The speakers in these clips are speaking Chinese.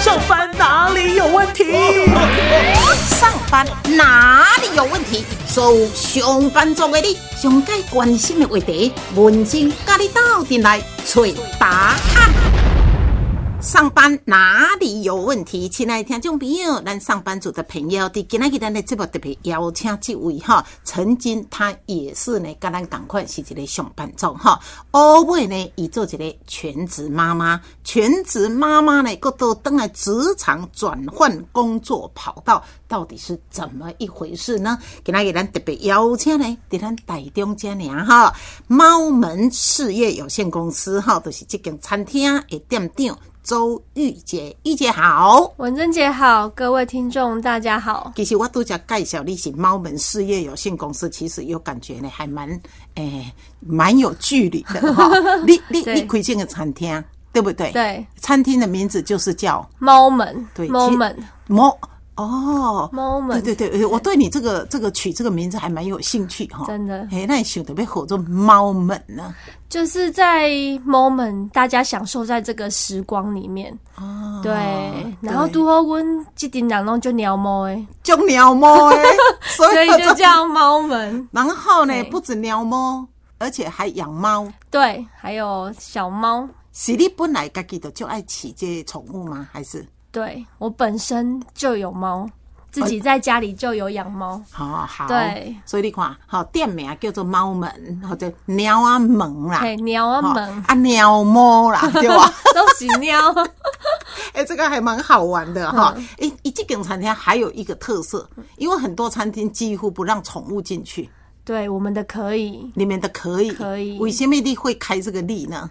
上班哪里有问题？上班哪里有问题？所有上班族的你，上该关心的话题，文静甲你斗阵来找答案。上班哪里有问题？亲爱的听众朋友，咱上班族的朋友，伫今仔日咱的节目特别邀请这位哈，曾经他也是呢，甲咱同款是一个上班族哈。后尾呢，伊做一个全职妈妈，全职妈妈呢，佫都登来职场转换工作跑道，到底是怎么一回事呢？今仔日咱特别邀请呢，伫咱台中遮尔哈，猫门事业有限公司哈，就是这间餐厅的店长。周玉姐，玉姐好，文珍姐好，各位听众大家好。其实我都讲介绍你是猫门事业有限公司，其实有感觉呢，还蛮诶蛮有距离的 哈。你你对你开这个餐厅，对不对？，对，餐厅的名字就是叫猫们，对猫其们，猫哦。猫们，对对对，我对你这个这个取这个名字还蛮有兴趣哈。真的哎，那你想特别火做猫门呢？就是在 moment，大家享受在这个时光里面。哦，对，然后拄好阮这阵人哦拢就鸟猫 诶，就鸟猫哎，所 所以它就叫猫们。然后呢对，不止猫猫，而且还养猫。对，还有小猫。是你本来家己的就爱饲这些宠物吗？还是对我本身就有猫，自己在家里就有养猫。好、哦好？对，所以你看，好、店名啊叫做猫门或者猫啊门啦，嘿，鸟啊吼门啊猫猫 啦，对吧？都是 鸟。哎、这个还蛮好玩的哈。嗯哎、一这间餐厅还有一个特色，因为很多餐厅几乎不让宠物进去，对，我们的可以。你们的可以，可以为什么你会开这个例呢？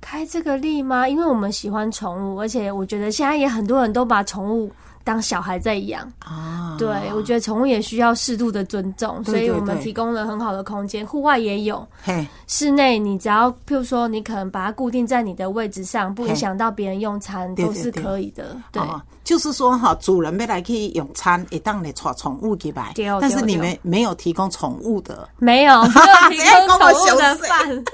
开这个例吗？因为我们喜欢宠物，而且我觉得现在也很多人都把宠物当小孩在养。啊，对，我觉得宠物也需要适度的尊重，对所以对我们对提供了很好的空间，户外也有，嘿，室内你只要，譬如说你可能把它固定在你的位置上，不嘿影响到别人用餐，对都对是对可以的。对，哦，就是说哈，主人要来去用餐，会当来带宠物进来对哦，但是对哦你对们没有提供宠物的，没有没有这样提跟供我宠物的 相似饭。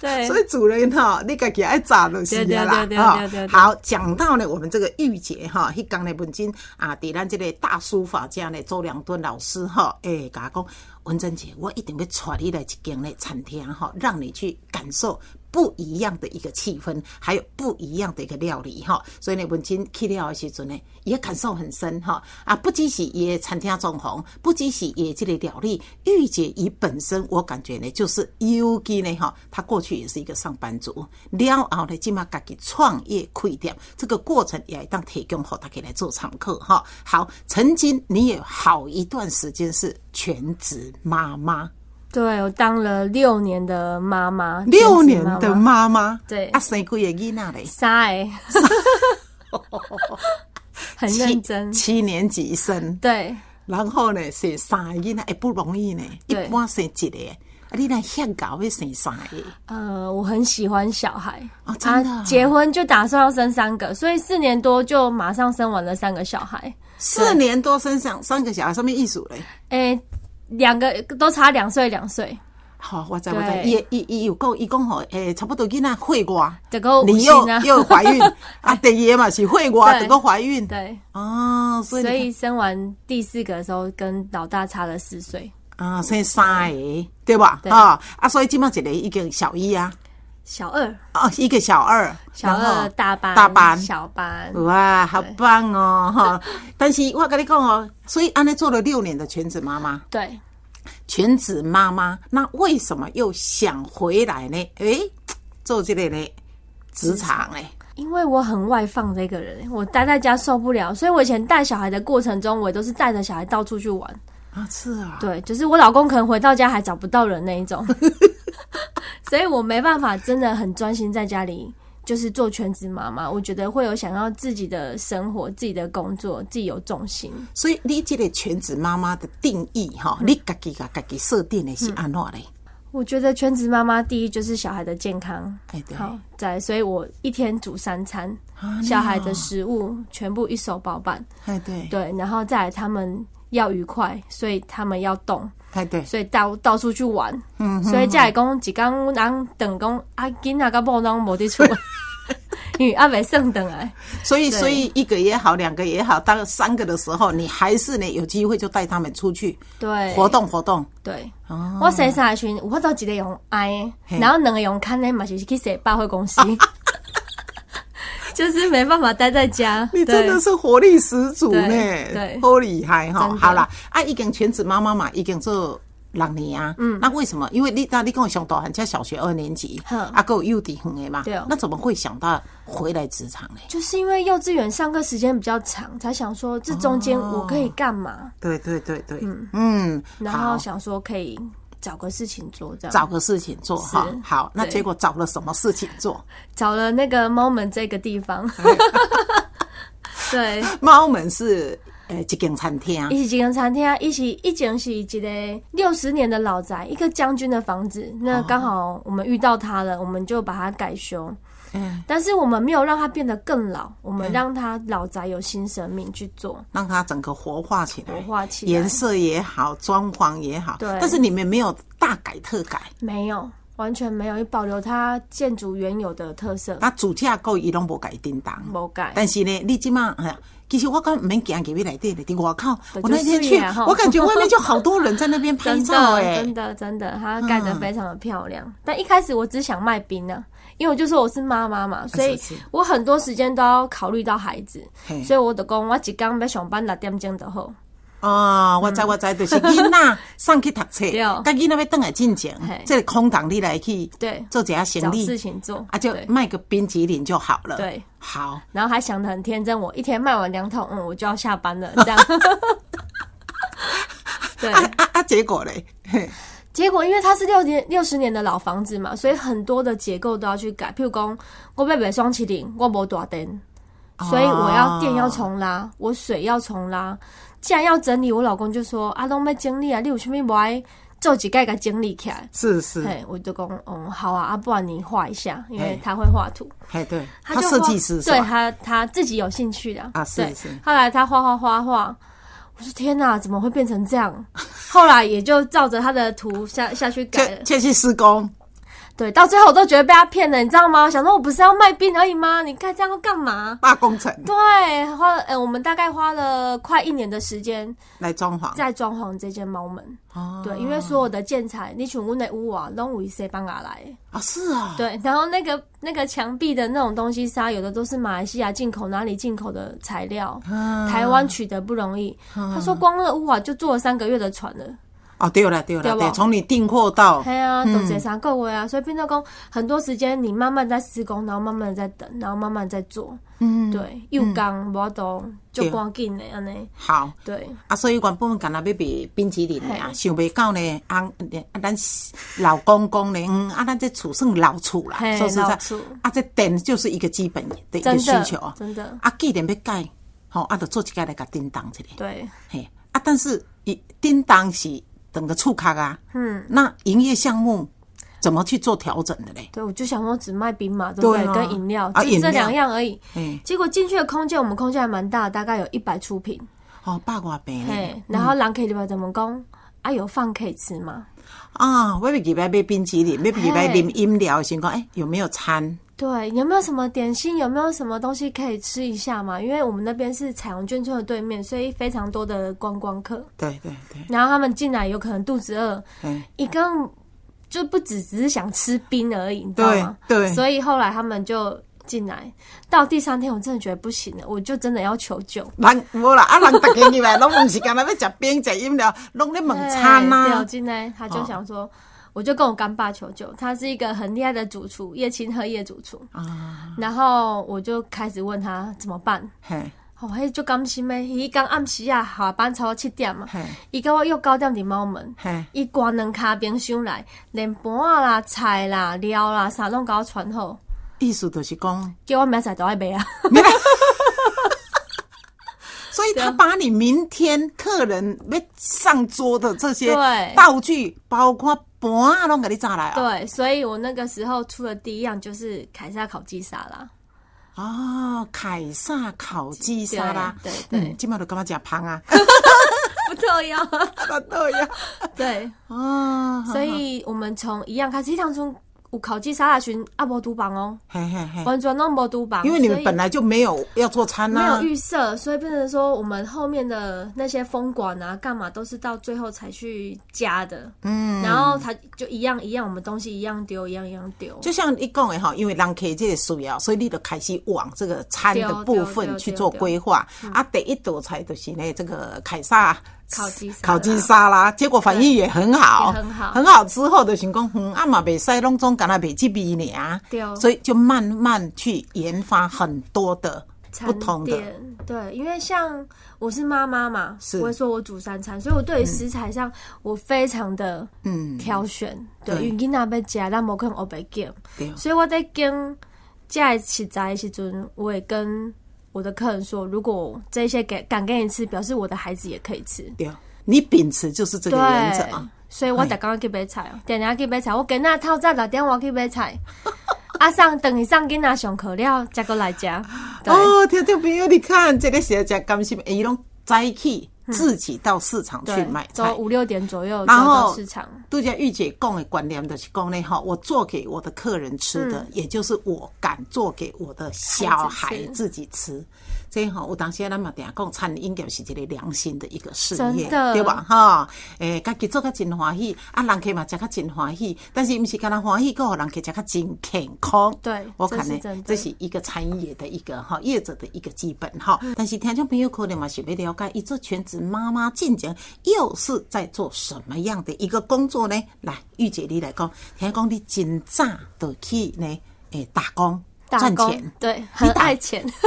对所，以主人哈，你家己爱炸就是啊啦对对对哈对对对。好，讲到呢，我们这个玉姐哈，迄刚呢文珍啊，伫咱这个大书法家呢周良敦老师哈，诶，甲我讲文珍姐，我一定要带你来一间呢餐厅哈，让你去感受。不一样的一个气氛，还有不一样的一个料理哈，所以呢，文清去了的时阵呢，也感受很深哈啊！不只是伊的餐厅装潢，不只是伊的这个料理，玉姐伊本身，我感觉呢，就是尤其呢哈，她过去也是一个上班族，了后呢，即马家己创业开店，这个过程也会当提供给大家来做参考哈。好，曾经你也好一段时间是全职妈妈，对我当了六年的妈妈，六全职年妈妈的妈妈，对啊，生几个囡仔嘞？傻 哎，很认真。七七年级生，对，然后呢生三个囡仔，也不容易呢，一对般生一个，啊，你那香港会生三个，呃，我很喜欢小孩哦真的啊结婚就打算要生三个，所以四年多就马上生完了三个小孩。四年多生上三个小孩，什么意思嘞？诶、两个都差两岁，两岁，好，我知我知，对伊伊伊有讲，伊讲吼，诶、差不多囡仔会我，这个五你星又啊，又怀 孕啊，第二嘛是会我，对整个怀孕对，哦，所以所你以生完第四个的时候，跟老大差了四岁，啊，生三个对吧？对啊啊，所以今麦一个一个小一啊，小二、啊一个小二，小然二后大班、大班嗯小班，哇，好棒哦哈！ 但是我跟你讲哦，所以安妮做了六年的全职妈妈，对，全职妈妈，那为什么又想回来呢？诶、做这个呢，职场嘞，因为我很外放的一个人，我待在家受不了，所以我以前带小孩的过程中，我也都是带着小孩到处去玩。啊，是啊，对，就是我老公可能回到家还找不到人那一 种，所以我没办法，真的很专心在家里，就是做全职妈妈。我觉得会有想要自己的生活、自己的工作、自己有重心。所以你这个全职妈妈的定义哈，你自己给自己设定的是安怎嘞？我觉得全职妈妈第一就是小孩的健康，哎、对，好在，所以我一天煮三餐，啊小孩的，食物全部一手包办，哎对，对，然后再来他们要愉快，所以他们要动，哎对，所以到到处去玩，嗯 所以才会讲一工人等讲啊，囡仔甲某拢无伫厝，语阿北送等来，所以，对所以一个也好，两个也好，到三个的时候，你还是呢有机会就带他们出去对，活动活动。对，哦我生三群，我都一个用爱的，嘿然后两个用看的嘛是去谁百货公 司，就是没办法待在家。你真的对是活力十足呢，对对好厉害哈！真的好啦，啊，已经全职妈妈嘛，已经做六年啊，嗯，那为什么？因为你那你跟我上大汉，才小学二年级，哼啊，够幼稚园的嘛，对哦那怎么会想到回来职场呢？就是因为幼稚园上课时间比较长，才想说这中间哦我可以干嘛，对对对对，嗯然好后想说可以找个事情做，这样找个事情做哈是。好，那对结果找了什么事情做？找了那个 moment 这个地方，哎 对。猫们是呃一间餐厅，一起一间餐厅啊，一起一间是一个六十年的老宅，一个将军的房子。哦那刚好我们遇到他了，我们就把它改修。嗯，但是我们没有让它变得更老，我们让它老宅有新生命去做。让它整个活化起来，活化起来颜色也好，装潢也好，对但是你们没有大改特改。没有，完全没有，保留它建筑原有的特色，那啊主架构伊拢无改叮当，没改但是呢，你即马，哎呀其实我刚毋免行入去内底咧，伫外口。对我那天就去是啊吼，我感觉外面就好多人在那 边拍真照的，哎、真的，真的，它盖得非常的漂亮。但一开始我只想卖冰啊，因为我就说我是妈妈嘛，所以啊是是我很多时间都要考虑到孩子嘿，所以我就讲我一天要上班六点钟就好。哦，我知我知，就是囡仔 送去读册，嗯对甲囡仔要倒来进前嘿，这个空档你来去对做一下找生事意，情做啊，就对卖个冰淇淋就好了。对，好，然后还想的很天真，我一天卖完两桶，嗯，我就要下班了， 这样。对，啊啊啊，结果嘞，嘿结果因为它是六年六十年的老房子嘛，所以很多的结构都要去改。譬如讲，我被买双麒麟，我没大灯，哦所以我要电要重拉，我水要重拉。既然要整理，我老公就说：“啊，拢要整理啊，你有啥物无爱做几盖给整理起来是？”是，嘿，我就讲：“嗯，好啊，啊，不然你画一下，因为嘿他会画图。”嘿，对，就他画设计师是对吧？他他自己有兴趣的啊是对是后来他画画画画，我说天哪，怎么会变成这样？后来也就照着他的图下下去改这了。这去施工，对，到最后我都觉得被他骗了，你知道吗？我想说我不是要卖冰而已吗？你盖这样要干嘛？大工程对，花了，呃，我们大概花了快一年的时间来装潢。在装潢这间猫门。哦对，因为所有的建材，你全屋内屋啊，拢有谁帮我来？啊，是啊，对，然后那个那个墙壁的那种东西沙，有的都是马来西亚进口，哪里进口的材料，啊台湾取得不容易。他说光那个屋啊，就坐了三个月的船了。哦，对了对了，对不对，从你订货到嘿啊，都嗯这三个月啊，所以变做工很多时间，你慢慢在施工，然后慢慢在等，然后慢慢在做。嗯，对，又刚我都就对赶紧的安尼。好对，啊，所以原本干那要卖冰淇淋的啊，嘿想袂到呢，啊，啊咱老公公呢，嗯，啊，咱这厝算老厝啦，嘿说实在老厝，啊，这电就是一个基本的一真个需的求啊，真的啊，既然要改，吼，啊，就做一个来甲叮当一个，对，嘿，啊，但是一叮当是整个触卡啊，嗯，那营业项目怎么去做调整的嘞？对，我就想说只卖冰嘛，对不对？对啊跟饮料，啊就饮这料两样而已。嘿，结果进去的空间，我们空间还蛮大，大概有一百出平。哦，八卦平嘞嘿，，然后人客入来怎么讲？啊，有饭可以吃吗？啊，我要入来买冰淇淋，要入来嘿啉饮料的时候，先讲，哎、有没有餐？对，有没有什么点心？有没有什么东西可以吃一下嘛？因为我们那边是彩虹眷村的对面，所以非常多的观光客。对对对，然后他们进来有可能肚子饿，嗯，一个就不只只是想吃冰而已，你知道对吗？对，所以后来他们就进来，到第三天我真的觉得不行了，我就真的要求救。人无啦，啊，人逐家入来拢毋是干那要食冰、食饮料，拢咧问餐对啊掉。进来，他就想说，我就跟我干爸求救，他是一个很厉害的主厨，叶清和叶主厨。啊，然后我就开始问他怎么办。嘿，哦，迄就甘心诶，伊讲暗时啊下班超过七点嘛嘿，伊甲我约九点伫猫门嘿，伊关两卡冰箱来，连盘啊啦、菜啦、料啦啥拢甲我传好，意思就是讲，叫我明仔载都 爱买啊。所以他把你明天客人要上桌的这些对道具，包括盘啊，拢给你炸来啊。对，所以我那个时候出的第一样就是凯撒烤鸡沙拉，哦，凯撒烤鸡沙拉，对对对嗯，今麦就感觉食芳 啊， 不重要。啊对呀， 对， 哦，所以我们从一样开始，迄当中有烤鸡沙拉群啊，无厨房哦，嘿嘿嘿，完全拢无厨房，因为你们所以本来就没有要做餐啊没呐、有预设，所以变成说我们后面的那些风管啊、干嘛都是到最后才去加的。嗯，然后他就一样一样，我们东西一样丢，一样一样丢。就像你讲的哈，因为人客这个需要，所以你就开始往这个餐的部分去做规划。啊，第一道菜就是呢，这个凯撒嗯烤鸡沙拉烤鸡沙拉，结果反应也很好，对也很好很好之后就想讲，嗯，啊嘛袂使拢总干那袂这味尔，对哦啊所以就慢慢去研发很多的不餐同的。店对，因为像我是妈妈嘛，是我会说我煮三餐，所以我对于食材上我非常的嗯挑选。对对，因为囡仔要食，咱无可能学白拣对，所以我在跟家的食材的时阵，我也跟我的客人说，如果这些给敢给你吃，表示我的孩子也可以吃。对，你秉持就是这个对原则啊。所以我逐工去买菜哦，定定去买菜。我今仔透早六点我去买菜， 啊上等伊上囡仔上课了，才过来食。对，哦，听众朋友，你看这个写家甘心，哎伊拢早起自己到市场去嗯对买，菜走。五六点左右就然到后市场。杜家玉姐供的观念就是讲呢，哈，我做给我的客人吃嗯的，也就是我敢做给我的小孩自己吃。这哈，我当时咱嘛定讲，餐饮业是一个良心的一个事业，真的对吧？哈，诶、家己做甲真欢喜，啊，人客嘛食甲真欢喜，但是毋是干那欢喜，个人客食甲真健康。对我看这呢是真的，这是一个产业的一个哈业者的一个基本哈。但是听众朋友可能嘛是要了解，一做全职妈妈进前又是在做什么样的一个工作呢？来，玉姐你来讲，听讲你真早就去呢，诶、打工打赚工钱。对，很打爱钱。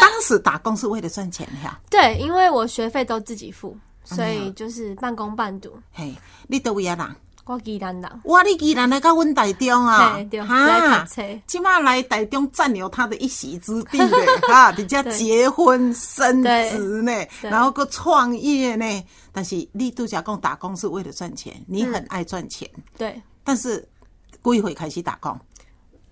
当时打工是为了赚钱呀，对，因为我学费都自己付，嗯所以就是半工半读。嘿，你都位啊人？我基兰人，哇，你居然来到阮台中啊嘿对！来哈读册，即马来台中占有他的一席之地 嘞，哈，人家结婚生子呢，对然后个创业呢。但是你度假工打工是为了赚钱，你很爱赚钱，对，但是几回开始打工？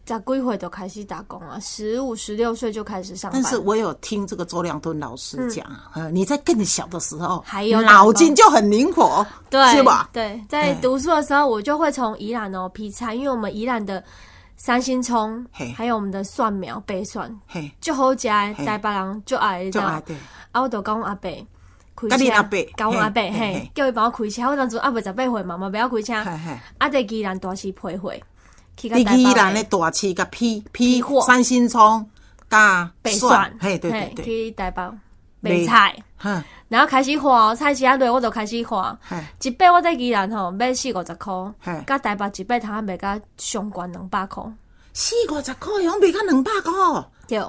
十几岁就开始打工啊，十五、十六岁就开始上班。但是我有听这个周良敦老师讲，呃，你在更小的时候，嗯还有打脑工筋就很灵活，对，是吧？对，在嗯读书的时候，我就会从宜兰哦劈柴，因为我们宜兰的三星葱嘿，还有我们的蒜苗、白蒜，嘿，就好食的嘿，台北人就爱的，就爱对啊，我就讲阿伯。开甲你车阿伯甲阮阿伯嘿嘿嘿嘿，叫伊帮我开车。我当初阿伯十八岁嘛，嘛不晓开车嘿嘿。啊，在宜兰大市陪会，去到你台依北然的咧大市甲批批货三星葱加北蒜，嘿，对对嘿对，去台北卖卖菜，哼，然后开始花哦，菜市啊落我就开始花嘿。一百我在宜兰吼买四五十箍嘿，甲台北一百通啊卖甲上悬两百箍，四五十块，用卖到两百块，哦对，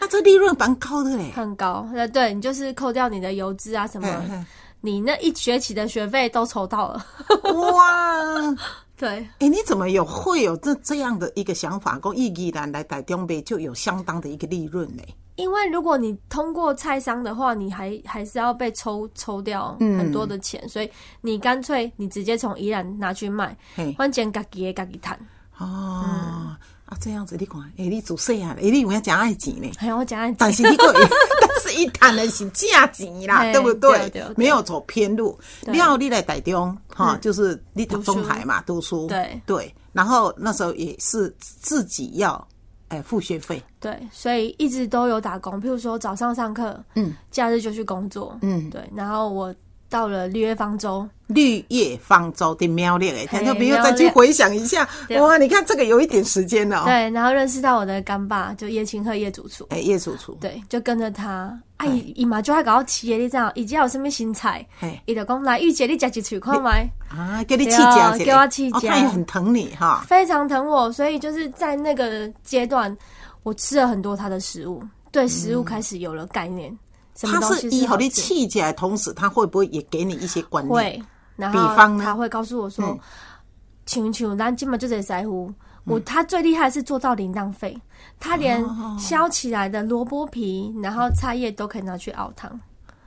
那这利润蛮高 的嘞。很高。呃，对你就是扣掉你的油脂啊什嘿嘿么，你那一学期的学费都筹到 了。哇，对，哎、你怎么有会有这这样的一个想法？讲一依然来台中杯就有相当的一个利润嘞。因为如果你通过菜商的话，你还还是要被抽抽掉很多的嗯钱，所以你干脆你直接从宜兰拿去卖嘿，换钱自己的自己赚。哦，嗯啊，这样子你看，哎、你做细啊，哎、你有影真爱钱嘞。哎呀，我讲但是你 个，但是一谈的是价钱啦，嘿对不对对对没有走偏路。对嗯料你来台中，哈，就是你读中台嘛，读书，对对。然后那时候也是自己要，哎，付学费，对，所以一直都有打工。譬如说早上上课，嗯，假日就去工作，嗯，对。然后我到了绿叶方舟，绿叶方舟的苗栗，哎，听众朋友苗栗再去回想一下，对哇，你看这个有一点时间了哦，对，然后认识到我的干爸，就叶清鹤叶主厨，哎，叶主厨，对，就跟着他。啊，伊伊嘛就爱搞企业，你知道，伊只有什么新菜嘿，伊就讲来玉姐，你食一喙看麦，啊，给你气对家，给我气哦家他也很疼你哈，非常疼我，所以就是在那个阶段，我吃了很多他的食物，对食物开始有了概念，什么嗯他东是西以是好好的吃。气家的同时，他会不会也给你一些观念？会，然嗯后比方呢嗯他会告诉我说，请请咱今嘛就这在乎。我他最厉害是做到零浪费，他连哦削起来的萝卜皮，然后菜叶都可以拿去熬汤，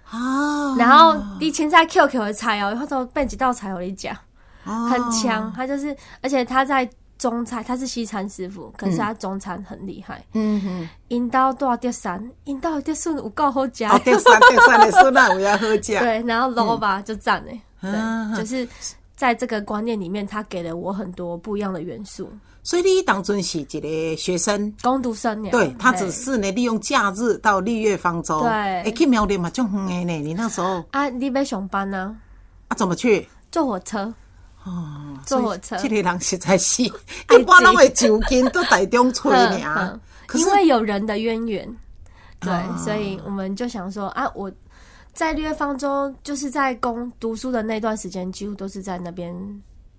啊，然后你芹菜 QQ 的菜哦，他都变几道菜我跟你讲，哦很强。他就是，而且他在中餐，他是西餐师傅，可是他中餐很厉害。嗯哼。引导多少碟三，引导碟顺有够好食。 哦，第三第三的酸奶有要喝酱，对，然后萝卜就赞哎，啊对，就是在这个观念里面，他给了我很多不一样的元素。所以你当阵是一个学生，攻读生呀，对他嘿只是呢利用假日到丽月方舟，对哎去苗栗嘛，就很远的呢。你那时 候啊，你要上班呢、啊怎么去？坐火车，哦，坐火车，这个人实在 是哎爱一般拢会就近到台中吹嗯尔 嗯。啊可是啊因为有人的渊源，对，所以我们就想说啊，我在绿月方舟，就是在工读书的那段时间，几乎都是在那边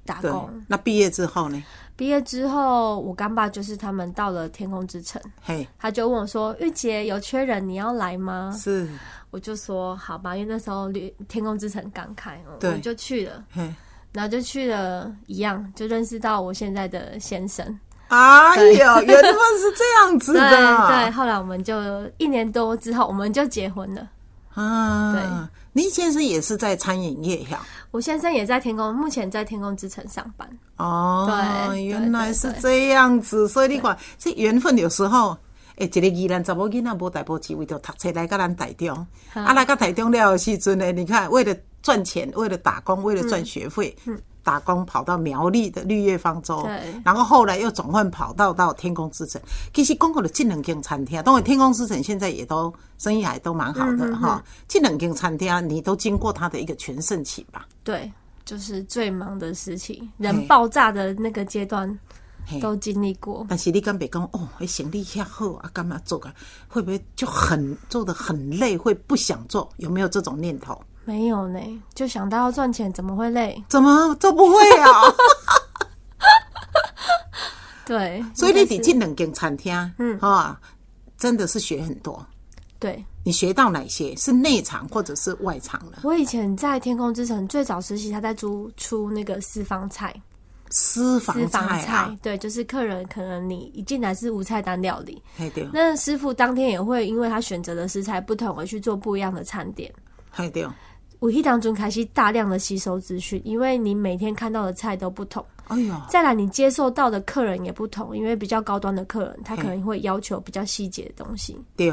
打对工。，那毕业之后呢？毕业之后，我干爸就是他们到了天空之城，嘿，他就问我说：“玉姐有缺人，你要来吗是，？”我就说：“好吧，因为那时候绿天空之城刚开，对我就去了，嘿，然后就去了，一样就认识到我现在的先生。哎对呦，原来是这样子对的， 啊对，后来我们就一年多之后，我们就结婚了。啊，您先生也是在餐饮业呀？我先生也在天空，目前在天空之城上班。哦，对原来是这样子，所以你看，这缘分有时候。诶，一个宜兰查某囡仔无大无志，为着读册来到咱台中，嗯啊来到台中了的时阵呢，你看为了赚钱，为了打工，为了嗯赚学费，打工跑到苗栗的绿叶方舟对，然后后来又转换跑道到天空之城。其实讲过了，这两间餐厅，当然天空之城现在也都生意还都蛮好嗯的哈。这两间餐厅你都经过他的一个全盛期吧？对，就是最忙的时期，嘿人爆炸的那个阶段嘿都经历过。但是你敢别讲哦，迄行李遐好啊，干嘛做啊？会不会就很做的很累，会不想做？有没有这种念头？没有呢，就想到要赚钱，怎么会累？怎么做不会啊？ 对，所以你应该得是进两间餐厅，嗯啊，真的是学很多。对。你学到哪些是内场或者是外场呢？我以前在天空之城最早实习，他在出出那个私房菜，私房私菜房啊，对，就是客人可能你一进来是无菜单料理，嘿对，那师傅当天也会因为他选择的食材不同而去做不一样的餐点。嘿对。我一当中开始大量的吸收资讯，因为你每天看到的菜都不同，哎呦，再来你接受到的客人也不同，因为比较高端的客人嗯他可能会要求比较细节的东西。对，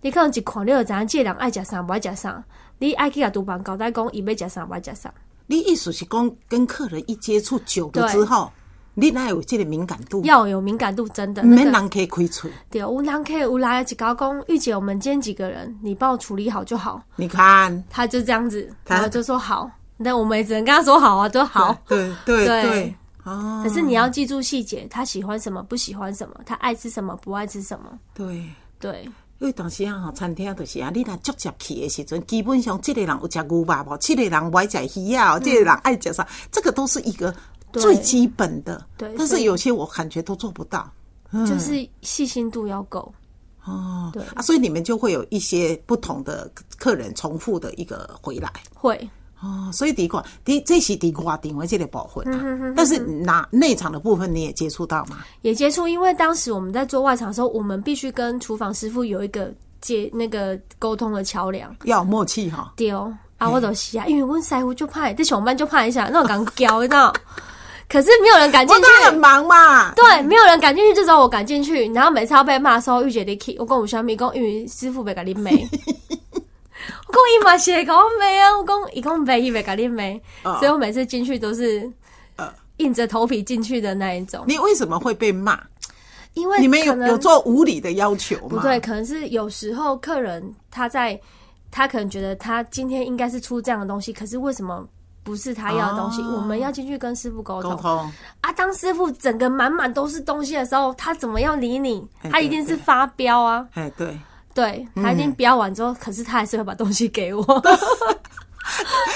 你可能一看你就知影这人爱食啥，不爱食啥，你爱去甲厨房交代讲伊要食啥，不爱食啥。你意思是讲跟客人一接触久了对之后，你哪有这个敏感度？要有敏感度，真的。唔免那个人客开嘴，对，有人客有来一搞讲，玉姐，我们今天几个人，你帮我处理好就好。你看。他就这样子，他然后就说好，那我们也只能跟他说好啊，就好。对对对对，哦，可是你要记住细节，他喜欢什么，不喜欢什么，他爱吃什么，不爱吃什么。对。对因为当时啊，吼餐厅就是啊，你若足接去的时阵，基本上这个人有食牛肉无，这个人爱食鱼啊，嗯这个人爱食啥，这个都是一个对最基本的。对但所是以有些我感觉都做不到就是细心度要够。嗯哦，对啊，所以你们就会有一些不同的客人重复的一个回来。会，哦，所以的确，的这是的外场的这个部分嗯啊，但是哪内场的部分你也接触到嘛？也接触，因为当时我们在做外场的时候，我们必须跟厨房师傅有一个接那个沟通的桥梁。要有默契哈、对哦，啊，我就是啊，因为阮师傅就怕，在上班就怕一下，那种敢教，你知 道？可是没有人敢进我去。当然很忙嘛，对，没有人敢进去，就只有我敢进去。然后每次要被骂的时候，玉姐你去，我讲有啥咪，讲因为师傅袂甲你 骂。我讲伊嘛是会甲我骂啊，我讲伊讲袂，伊袂甲你骂，所以我每次进去都是硬着头皮进去的那一种。你为什么会被骂？因为你们可有能有做无理的要求吗？不对，，可能是有时候客人他在他可能觉得他今天应该是出这样的东西，可是为什么不是他要的东西？哦我们要进去跟师傅沟沟通。通啊，当师傅整个满满都是东西的时候，他怎么样理你哎？他一定是发飙啊！哎对，对他嗯一定飙完之后，可是他还是会把东西 给我。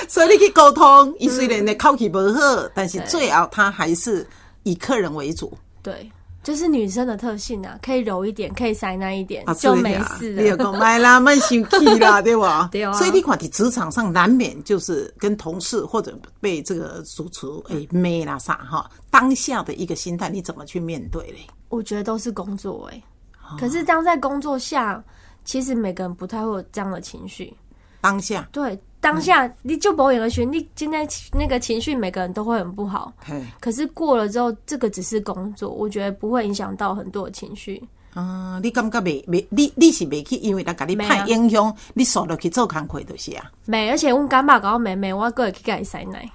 所以你去沟通，伊虽然的口气不好，但是最后他还是以客人为主，对，就是女生的特性啊，可以柔一点，可以塞那一点，啊，就这没样事你有了。讲买啦，慢生气 啦，对吧？对啊所以你看，在职场上难免就是跟同事或者被这个主厨哎妹啦啥哈，当下的一个心态你怎么去面对嘞？我觉得都是工作哎、哦可是当在工作下，其实每个人不太会有这样的情绪。当下，对，当下、嗯你就不会有情绪，你今天那个情绪每个人都会很不好。嘿，可是过了之后，这个只是工作，我觉得不会影响到很多的情绪。啊，你感觉未未，你你是未去，因为人甲你没啊派影响，你所落去做工课就是啊。美，而且阮干爸甲我妹妹，我还会去甲伊使奶。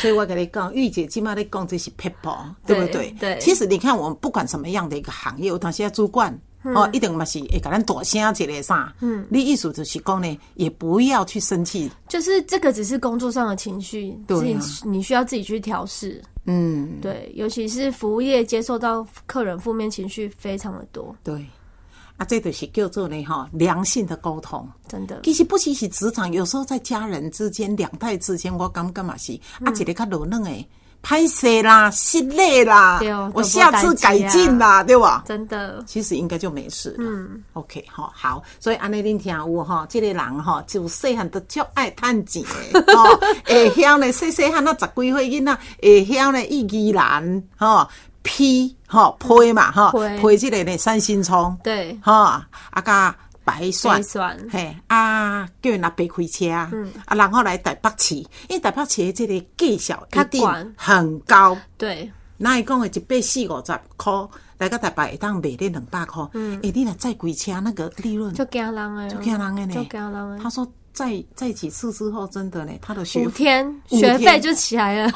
所以我跟你讲，玉姐今麦在讲这是 people，对不对？对对其实你看，我们不管什么样的一个行业，有当时主管。嗯哦，一定嘛是会给咱大声一个啥？嗯，你意思就是讲呢，也不要去生气，就是这个只是工作上的情绪，对啊自己你需要自己去调试。嗯，对，尤其是服务业接受到客人负面情绪非常的多，对，啊，这就是叫做呢哈良性的沟通。真的。其实不只是职场，有时候在家人之间、两代之间，我感觉嘛是、嗯啊，一个较柔软诶，拍摄啦、失礼啦对哦，我下次改进啦，对吧？真的，其实应该就没事了。嗯，OK，好，好，所以安尼恁听有吼，这个人吼，就细汉都足爱趁钱的， 吼，会晓呢，细细汉那十几岁囡仔，会晓呢，伊依然吼，批吼，批嘛吼，嗯批批这个呢，三星葱，对吼，啊甲白蒜，白蒜嘿，啊叫因阿伯开车，嗯，啊然后来台北市，因为台北市的这个价小一较定悬很高。对，那伊讲的一百四五十箍，来个台北会当卖你两百箍。嗯，诶、你若载几车那个利润就惊人哎，就惊人诶呢。就惊人他哎。说载载几次之后，真的呢，他的学五天五学费天就起来了，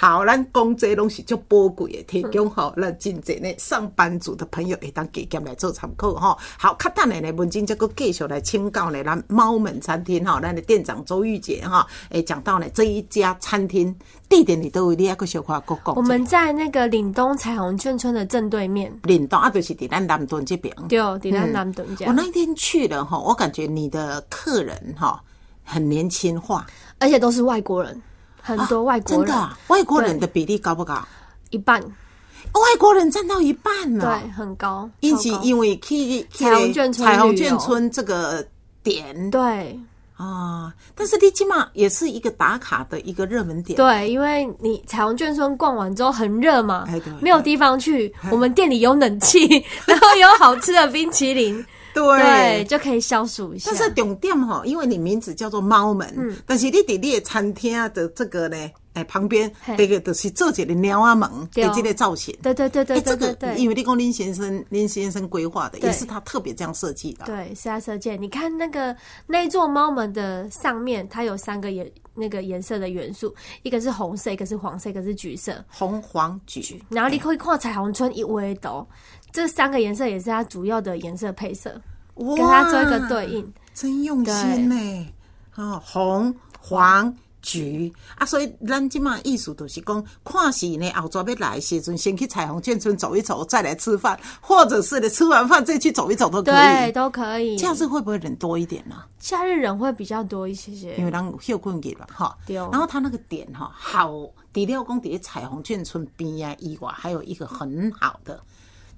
好，咱讲这拢是足宝贵的，提供吼咱真侪呢上班族的朋友会当加减来做参考吼。好，较等下呢，文静再佫继续来请教呢，咱猫门餐厅吼，咱的店长周玉姐哈，诶，讲到呢这一家餐厅地点你都有你还佫小可佫讲一下。我们在那个岭东彩虹眷村的正对面，领导啊，就是伫咱南屯这边。对，底下南屯家我，那一天去了哈，我感觉你的客人哈很年轻化，而且都是外国人，很多外国真人的，啊嗯外国人对的比例高不高？一半，外国人占到一半对呢。，很高，因超是高因为去去彩虹眷村彩虹旅游眷村这个点对啊，但是你起码也是一个打卡的一个热门点。对，因为你彩虹眷村逛完之后很热嘛哎对，哎没有地方去，我们店里有冷气， 然后有好吃的冰淇淋，对， 对。就可以消暑一下但。是重点哈，因为你名字叫做猫门，嗯但是你伫你的餐厅啊的这个呢，哎旁边嘿这个就是做一个猫啊门对的哦这个造型。对对对对哎，对这对个对，因为立功林先生林先生规划的，对也是他特别这样设计的。对，是在射箭。你看那个那一座猫门的上面，它有三个颜那个颜色的元素，一个是红色，一个是黄色，一个是橘色。红黄橘，然后你可以看彩虹村一围斗，这三个颜色也是它主要的颜色配色，哇跟它做一个对，应。真用心呢。哦，红黄橘啊，所以咱即嘛意思就是讲，看是呢后抓要来的时阵，先去彩虹眷村走一走，再来吃饭，或者是呢吃完饭再去走一走都可对，以。都可以。这样子会不会人多一点呢、假日人会比较多一些些因。为咱有休困日嘛，哈。对哦然后它那个点哈，好，除了讲伫彩虹眷村边啊以外，还有一个很好的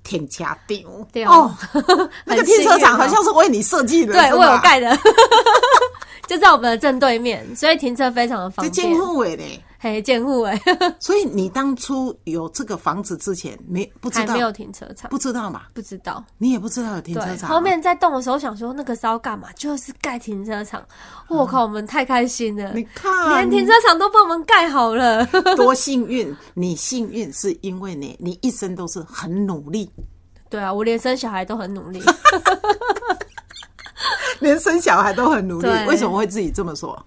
停车场。对哦哦，那个 很幸停运车场好哦像是为你设计的，对，是吧我有。盖的， 就在我们的正对面，所以停车非常的方这便监。护委嘞，嘿，建户哎，所以你当初有这个房子之前，没不知还道，没有停车场，不知道嘛？不知道。你也不知道有停车对，场嘛。后面在动的时候想说那个是要干嘛，就是盖停车场。我靠，我们太开心了！啊你看连，停车场都帮我们盖 好了。多幸运！你幸运是因为你，你一生都是很努力，对啊，我连生小孩都很努力，连生小孩都很努力。对为什么会自己这么说？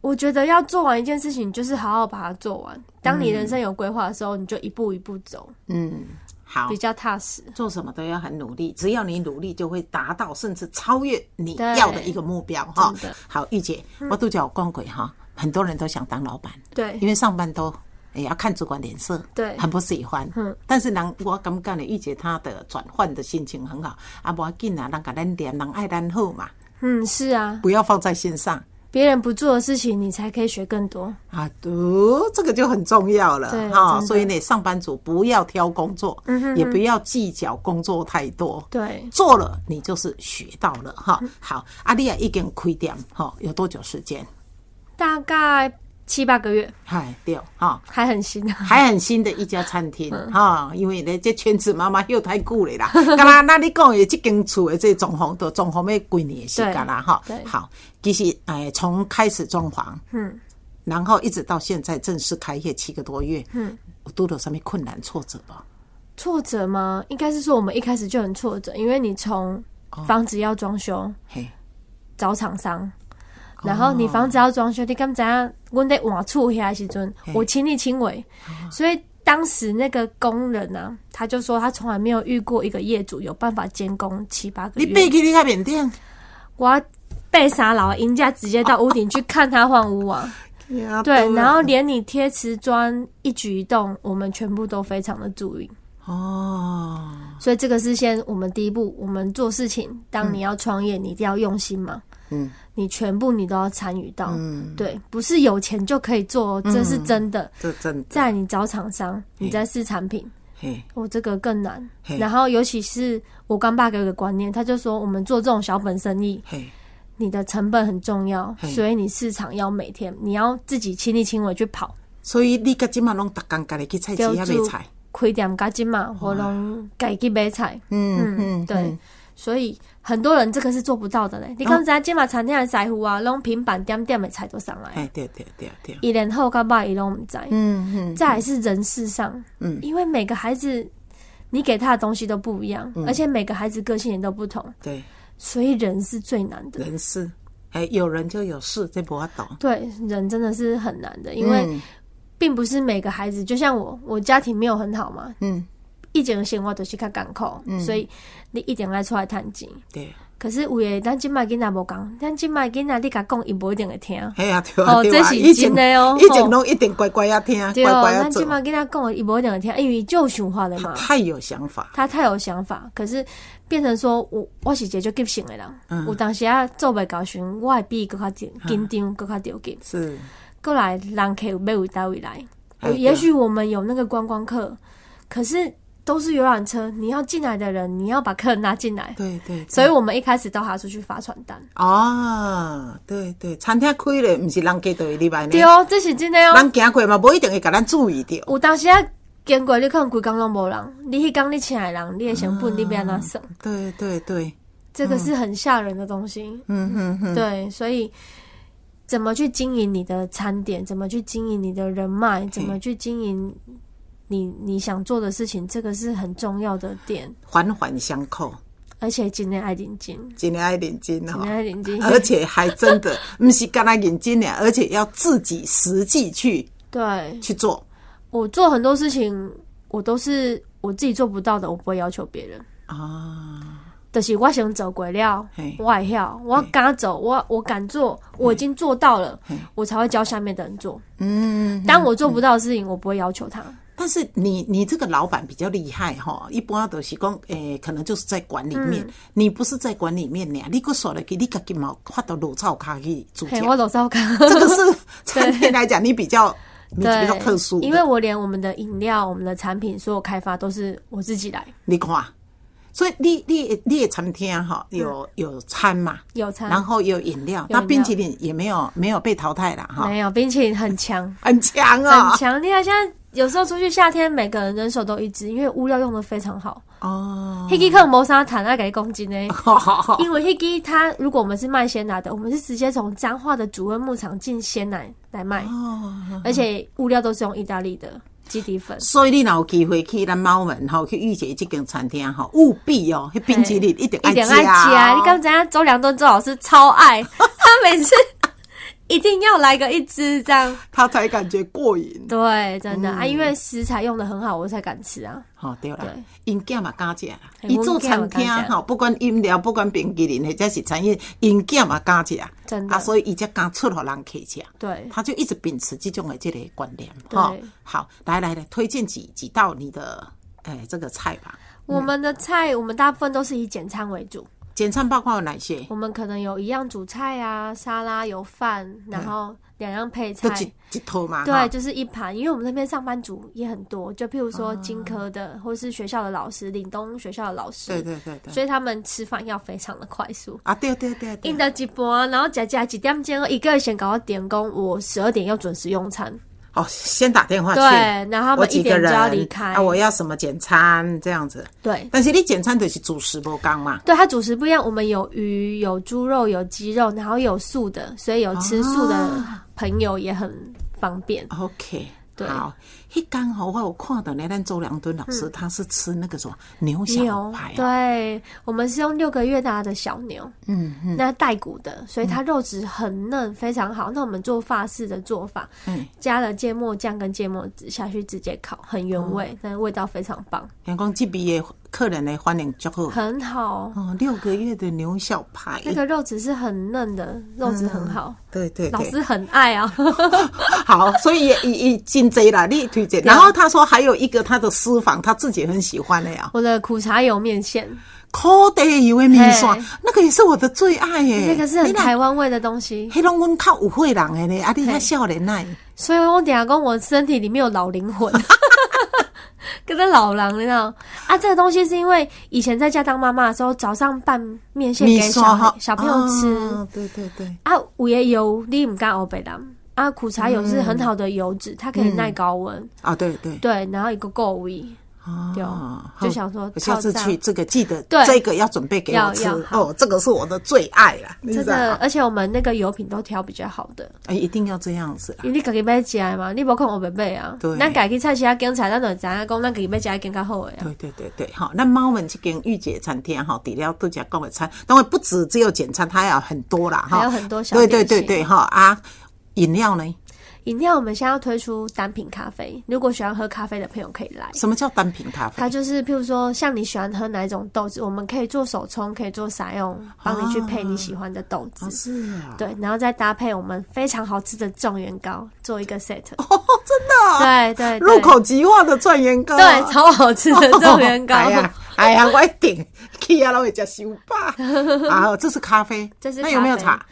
我觉得要做完一件事情，就是好好把它做完。当你人生有规划的时候，你就一步一步走，嗯，好比，较踏实。做什么都要很努力，只要你努力，就会达到甚至超越你要的一个目标哈真的。好，玉姐，嗯我都叫我光鬼哈，很多人都想当老板，对因为上班都。也要看主管脸色，对很不喜欢。嗯，但是人我感觉呢，玉姐她的转换的心情很好，啊，无要紧啊，人甲咱念，人爱咱好嘛，嗯，是啊，不要放在心上别人不做的事情，你才可以学更多。啊，哦，这个就很重要了对真的嗯所以呢，上班族不要挑工作，也不要计较工作太多，对，做了，你就是学到了哈。嗯好，阿丽亚已经开店哈，有多久时间？大概七八个月，嗨，对哈，还很新啊。还很新的一家餐厅嗯哈，因为呢，这圈子妈妈又太久了啦。 噶啦，那你讲的这间厝的这装潢，都装潢要几年的时间啦哈对。对好，其实哎，从开始装潢，嗯，然后一直到现在正式开业七个多月，嗯，我遇到什么困难挫折吧？挫折吗？应该是说我们一开始就很哦挫折，因为你从房子要装修。嘿，找厂商，然后你房子要装修，你敢知影？阮在换厝遐的时阵，我亲力亲为，所以当时那个工人啊，他就说他从来没有遇过一个业主有办法监工七八个你爬月。去你甲面顶，我被杀老人家直接到屋顶去看他换屋 啊！对，啊然后连你贴瓷砖一举一动，我们全部都非常的注意。哦，所以这个是先我们第一步，我们做事情，当你要创业，你一定要用心嘛。嗯，你全部你都要参与到。嗯，对，不是有钱就可以做哦，这是真的。这真的，在你找厂商，你在试产品，嘿，我、这个更难嘿。然后尤其是我刚爸给我一个观念，他就说我们做这种小本生意，嘿，你的成本很重要，嘿所以你市场要每天你要自己亲力亲为去跑。所以你甲即满拢逐工家己去菜市遐就买菜，开店加金嘛，我拢家己买菜。嗯哦嗯，对，所以很多人这个是做不到的嘞。你刚才金马餐厅的师傅啊，拢平板点点的菜都上来，哎，对对对对，一年后干嘛伊拢唔在。嗯嗯，再来是人事上，嗯因为每个孩子你给他的东西都不一嗯样，而且每个孩子个性也都不同，对，所以人是最难的。人事，哎，有人就有事，这无法懂，对，人真的是很难的，因为嗯并不是每个孩子，就像我，我家庭没有很好嘛，嗯，一整个生活都是较艰苦，所以你一定要出来趁钱。对，可是有诶，咱即摆囡仔无共，咱即摆囡仔你甲讲，伊无一定 会听。嘿啊，对啊，哦对啊，这是以前真的哦以前拢一定乖乖啊听，对乖哦，乖啊咱做即，摆囡仔讲，伊无一定会听，因为就想法 了嘛。太有想法，他太有想法，可是变成说我我是一个就急性的人，嗯有当时啊做袂到时，我会比伊更较紧紧张，更较着急。是，过来人客有要为单位来，哎也许我们有那个观光客，可是都是游览车，你要进来的人，你要把客人拉进来，对嗯对，对所以我们一开始都还要出去发传单。啊，对对，餐厅开了，毋是人家都会入来呢对，哦，这是真的哦。人行过嘛，无一定会甲咱注意到。有当时啊，经过你可能规工拢无人，你迄工你请的人，你的成本你要安怎么算？对对对，这个是很吓人的东西。嗯嗯嗯，对，所以怎么去经营你的餐点，怎么去经营你的人脉，怎么去经营你你想做的事情，这个是很重要的点。环环相扣，而且今天爱领金，真的爱认真今吼天，爱领金， 而且还真的不是干那认真俩，而且要自己实际去对去做。我做很多事情，我都是我自己做不到的，我不会要求别人。啊，就是我想走鬼料嘿，我也要，我敢走，我我敢做，我已经做到了，我才会教下面的人做。嗯，当我做不到的事情，我不会要求他。但是你你这个老板比较厉害哈，一般都是讲，诶、可能就是在管里面，嗯你不是在管里面俩，你个说了给你自己嘛，发到裸照卡去主嘿，讲，我老糟糕。 这个 是餐厅来讲，你比较你对，比较特殊的，因为我连我们的饮料、我们的产品所有开发都是我自己来，你看，所以你你你的餐厅哈有、有餐嘛，嗯有餐然后有饮料，有饮料那冰淇淋也没有没有被淘汰了哈，没有冰淇淋 很强，很强啊、很强烈啊！现在有时候出去夏天，每个人人手都一支，因为物料用的非常好。哦！ Hiki 克谋杀坦那给 公斤呢，好好好，因为 Hiki 它如果我们是卖鲜奶的，我们是直接从彰化的主温牧场进鲜奶来卖，哦而且物料都是用意大利的基底粉。所以你若有机会去咱猫门吼，去御姐这间餐厅吼，务必哦，迄冰淇淋一定一爱点吃啊爱加。你刚才周良敦周老师超爱， 他每次一定要来个一支这样。他才感觉过瘾。对，真嗯的、啊，因为食材用的很好，我才敢吃啊。吼、对啦对，因囝嘛敢食啦，嘿伊做餐阮囝厅嘛敢食吼，不管饮料，不管冰淇淋或者是餐饮，因囝嘛敢食，真的啊，所以伊才敢出互人客吃。对，他就一直秉持这种的这类观念。对哈，好，来来来，推荐几几道你的哎、这个菜吧。我们的菜，我们大部分都是以简餐为主，简餐包括有哪些？我们可能有一样主菜啊，沙拉有饭，然后两样配菜就。嗯几啊几头嘛。哈对，，就是一盘，因为我们那边上班族也很多，就譬如啊说金科的，或是学校的老师，岭东学校的老师，对对对对。所以他们吃饭要非常的快速。啊，对对对印对。到一半，然后加加几点钟，一个人先搞到点工，我十二点要准时用餐。哦，先打电话去。对然后他们我几个一点人就要离开啊，我要什么简餐这样子。对，但是你简餐就是主食不刚嘛。对，它主食不一样，我们有鱼、有猪肉、有鸡肉，然后有素的，所以有吃素的朋友也很方便。 OK，对好，一刚好我有看到呢，咱周良敦老师他是吃那个什么牛小嗯牛排，啊，对，我们是用六个月大的小牛，嗯，那带骨的，所以它肉质很嫩，非常好。那我们做法式的做法，嗯，加了芥末酱跟芥末籽下去直接烤，很原味，但味道非常棒，人讲这边的客人的反应较好。很好。哦，六个月的牛小排，嗯那个肉质是很嫩的，肉质很好，对对老对，师很爱啊。 好，所以也也也进贼了，你推荐。对啊然后他说还有一个他的私房，他自己很喜欢的呀，我的苦茶油面线，烤的一味面线嘿，那个也是我的最爱耶。嗯哎那个是很台湾味的东西，黑龙阮较有会人的呢，啊，你遐少年来，所以我等下讲我身体里面有老灵魂， 跟那老狼你知道啊？这个东西是因为以前在家当妈妈的时候，早上拌面线给小孩小朋友吃哦对对对，啊，五叶油你唔干欧北兰啊，苦茶油是很好的油脂，它可以耐高温，啊，对对，对，然后一个够味，对啊，就想说我下次套去餐这个记得，对这个要准备给我要吃要好哦，这个是我的最爱啦，你真知道的，啊而且我们那个油品都挑比较好的。哎，一定要这样子啦，因为你家己买食的嘛，你无看我袂买啊。对咱家己菜市啊拣菜，咱就会知影讲咱家己买食的更加好诶啊。对对对对，好，那猫们去跟御姐餐厅哈，底料度假购物餐，当然不止只有简餐，它还有很多啦哈，还有很多小对对点心对对哈啊，饮料呢？饮料我们现在要推出单品咖啡，如果喜欢喝咖啡的朋友可以来。什么叫单品咖啡它？就是，譬如说，像你喜欢喝哪一种豆子，我们可以做手冲，可以做撒用，啊帮你去配你喜欢的豆子。是啊，对，然后再搭配我们非常好吃的状元糕，做一个 set。 哦，真的啊，对对对，入口即化的状元糕，对，超好吃的状 元糕。啊哎呀，哎呀，我一定去啊，老会吃烧 吧。啊，这是咖啡，这是那有没有咖啡茶？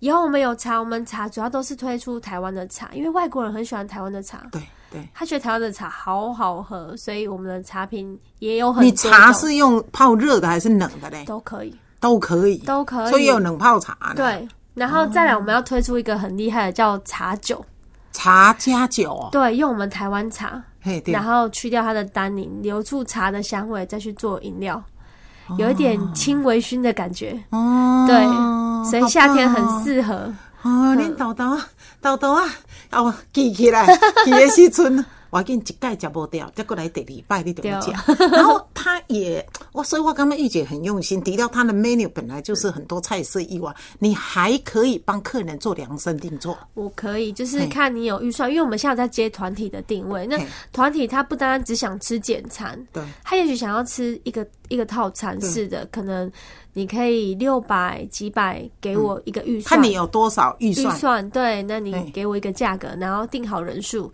以后我们有茶，我们茶主要都是推出台湾的茶，因为外国人很喜欢台湾的茶。对对，他觉得台湾的茶好好喝，所以我们的茶品也有很你多茶种是用泡热的还是冷的嘞？都可以。都可以，都可以所以有冷泡茶呢，对，然后再来我们要推出一个很厉害的叫茶酒，哦茶加酒哦，对，用我们台湾茶，嘿对然，后去掉它的单宁，留住茶的香味，再去做饮料，有一点轻微醺的感觉。哦对，所以夏天很。好棒哦适合。哦，恁豆豆啊，豆豆啊，哦，记起 来，记的时阵，我见一届食无掉，再过来第二摆你就要食。哦然后他也，我所以我刚刚玉姐很用心，提到他的 menu 本来就是很多菜色以外，你还可以帮客人做量身定做。我可以，就是嘿看你有预算，因为我们现在有在接团体的定位。那嘿团体他不单单只想吃简餐，对他也许想要吃一个一个套餐式的，可能你可以六百几百给我一个预算，嗯看你有多少预预算，算对，那你嘿给我一个价格，然后定好人数，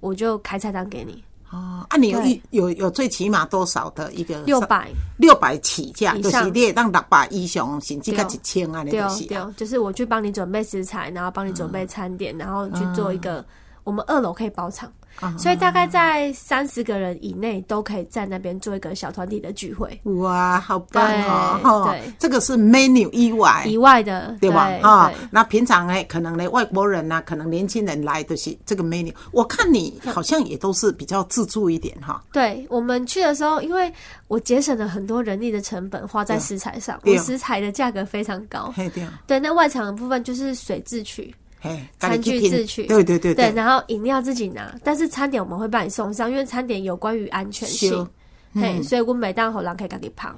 我就开菜单给你哦，啊，你有对预有有最起码多少的一个六百，六百起价，以就是上你会当六百以上，甚至到对一千啊，那对就哦是对啊。哦，就是我去帮你准备食材，然后帮你准备餐点，然后去做一个，嗯我们二楼可以包场。啊所以大概在三十个人以内都可以在那边做一个小团体的聚会，哇，啊好棒哦！对吼对这个是 menu 以外，以外的对吧？哎哈、哈，对那平常呢，可能呢，外国人呐、可能年轻人来的是这个 menu，我看你好像也都是比较自助一点哈。对我们去的时候，因为我节省了很多人力的成本花在食材上，对我哦食材的价格非常高。嘿，对啊，对，那外场的部分就是水自取，嘿，餐自己具去拼自取，对对对哎对，，然后饮料自己拿，但是餐点我们会帮你送上，因为餐点有关于安全是嗯啊性，嘿，所以我每当好人可以给你胖。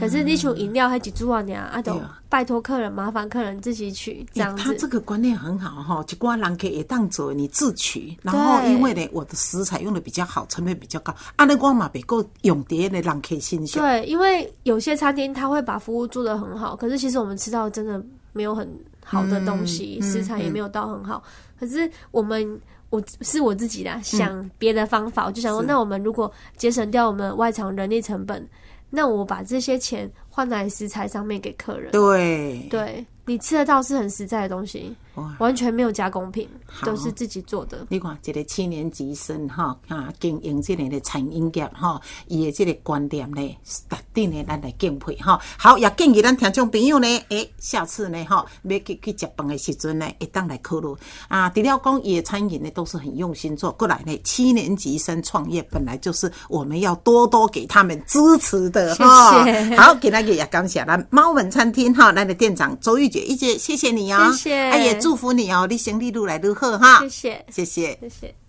可是你像饮料还几注啊，你啊，啊都对啊拜托客人，麻烦客人自己取这欸样他这子。个观念很好哈，就瓜人可以当做你自取，然后对因为呢，我的食材用的比较好，成本比较高，啊，那我嘛别够用在那人客身上。对，因为有些餐厅他会把服务做得很好，可是其实我们吃到真的没有很好的东嗯西，食材也没有到很好。可是我们我是我自己啦，嗯想别的方法，我就想说，那我们如果节省掉我们外场人力成本，那我把这些钱换来食材上面给客人。对，对你吃得到是很实在的东西哇，完全没有加工品，好都是自己做的。你看一个七年级生哈，啊，经营这个的餐饮业哈，伊的这个观念呢，是值得呢咱来敬佩哈。好，也建议咱听众朋友呢，诶，下次呢哈，要去去食饭的时阵呢，会当来考虑啊。除了讲伊的餐饮呢，都是很用心做，过来呢，七年级生创业本来就是我们要多多给他们支持的哈。谢谢好，给大家也感谢咱猫文餐厅哈，咱的店长周玉姐，玉姐谢谢你哦，谢谢啊也祝福你哦，你生意越来越好哈，谢谢，谢谢。谢谢。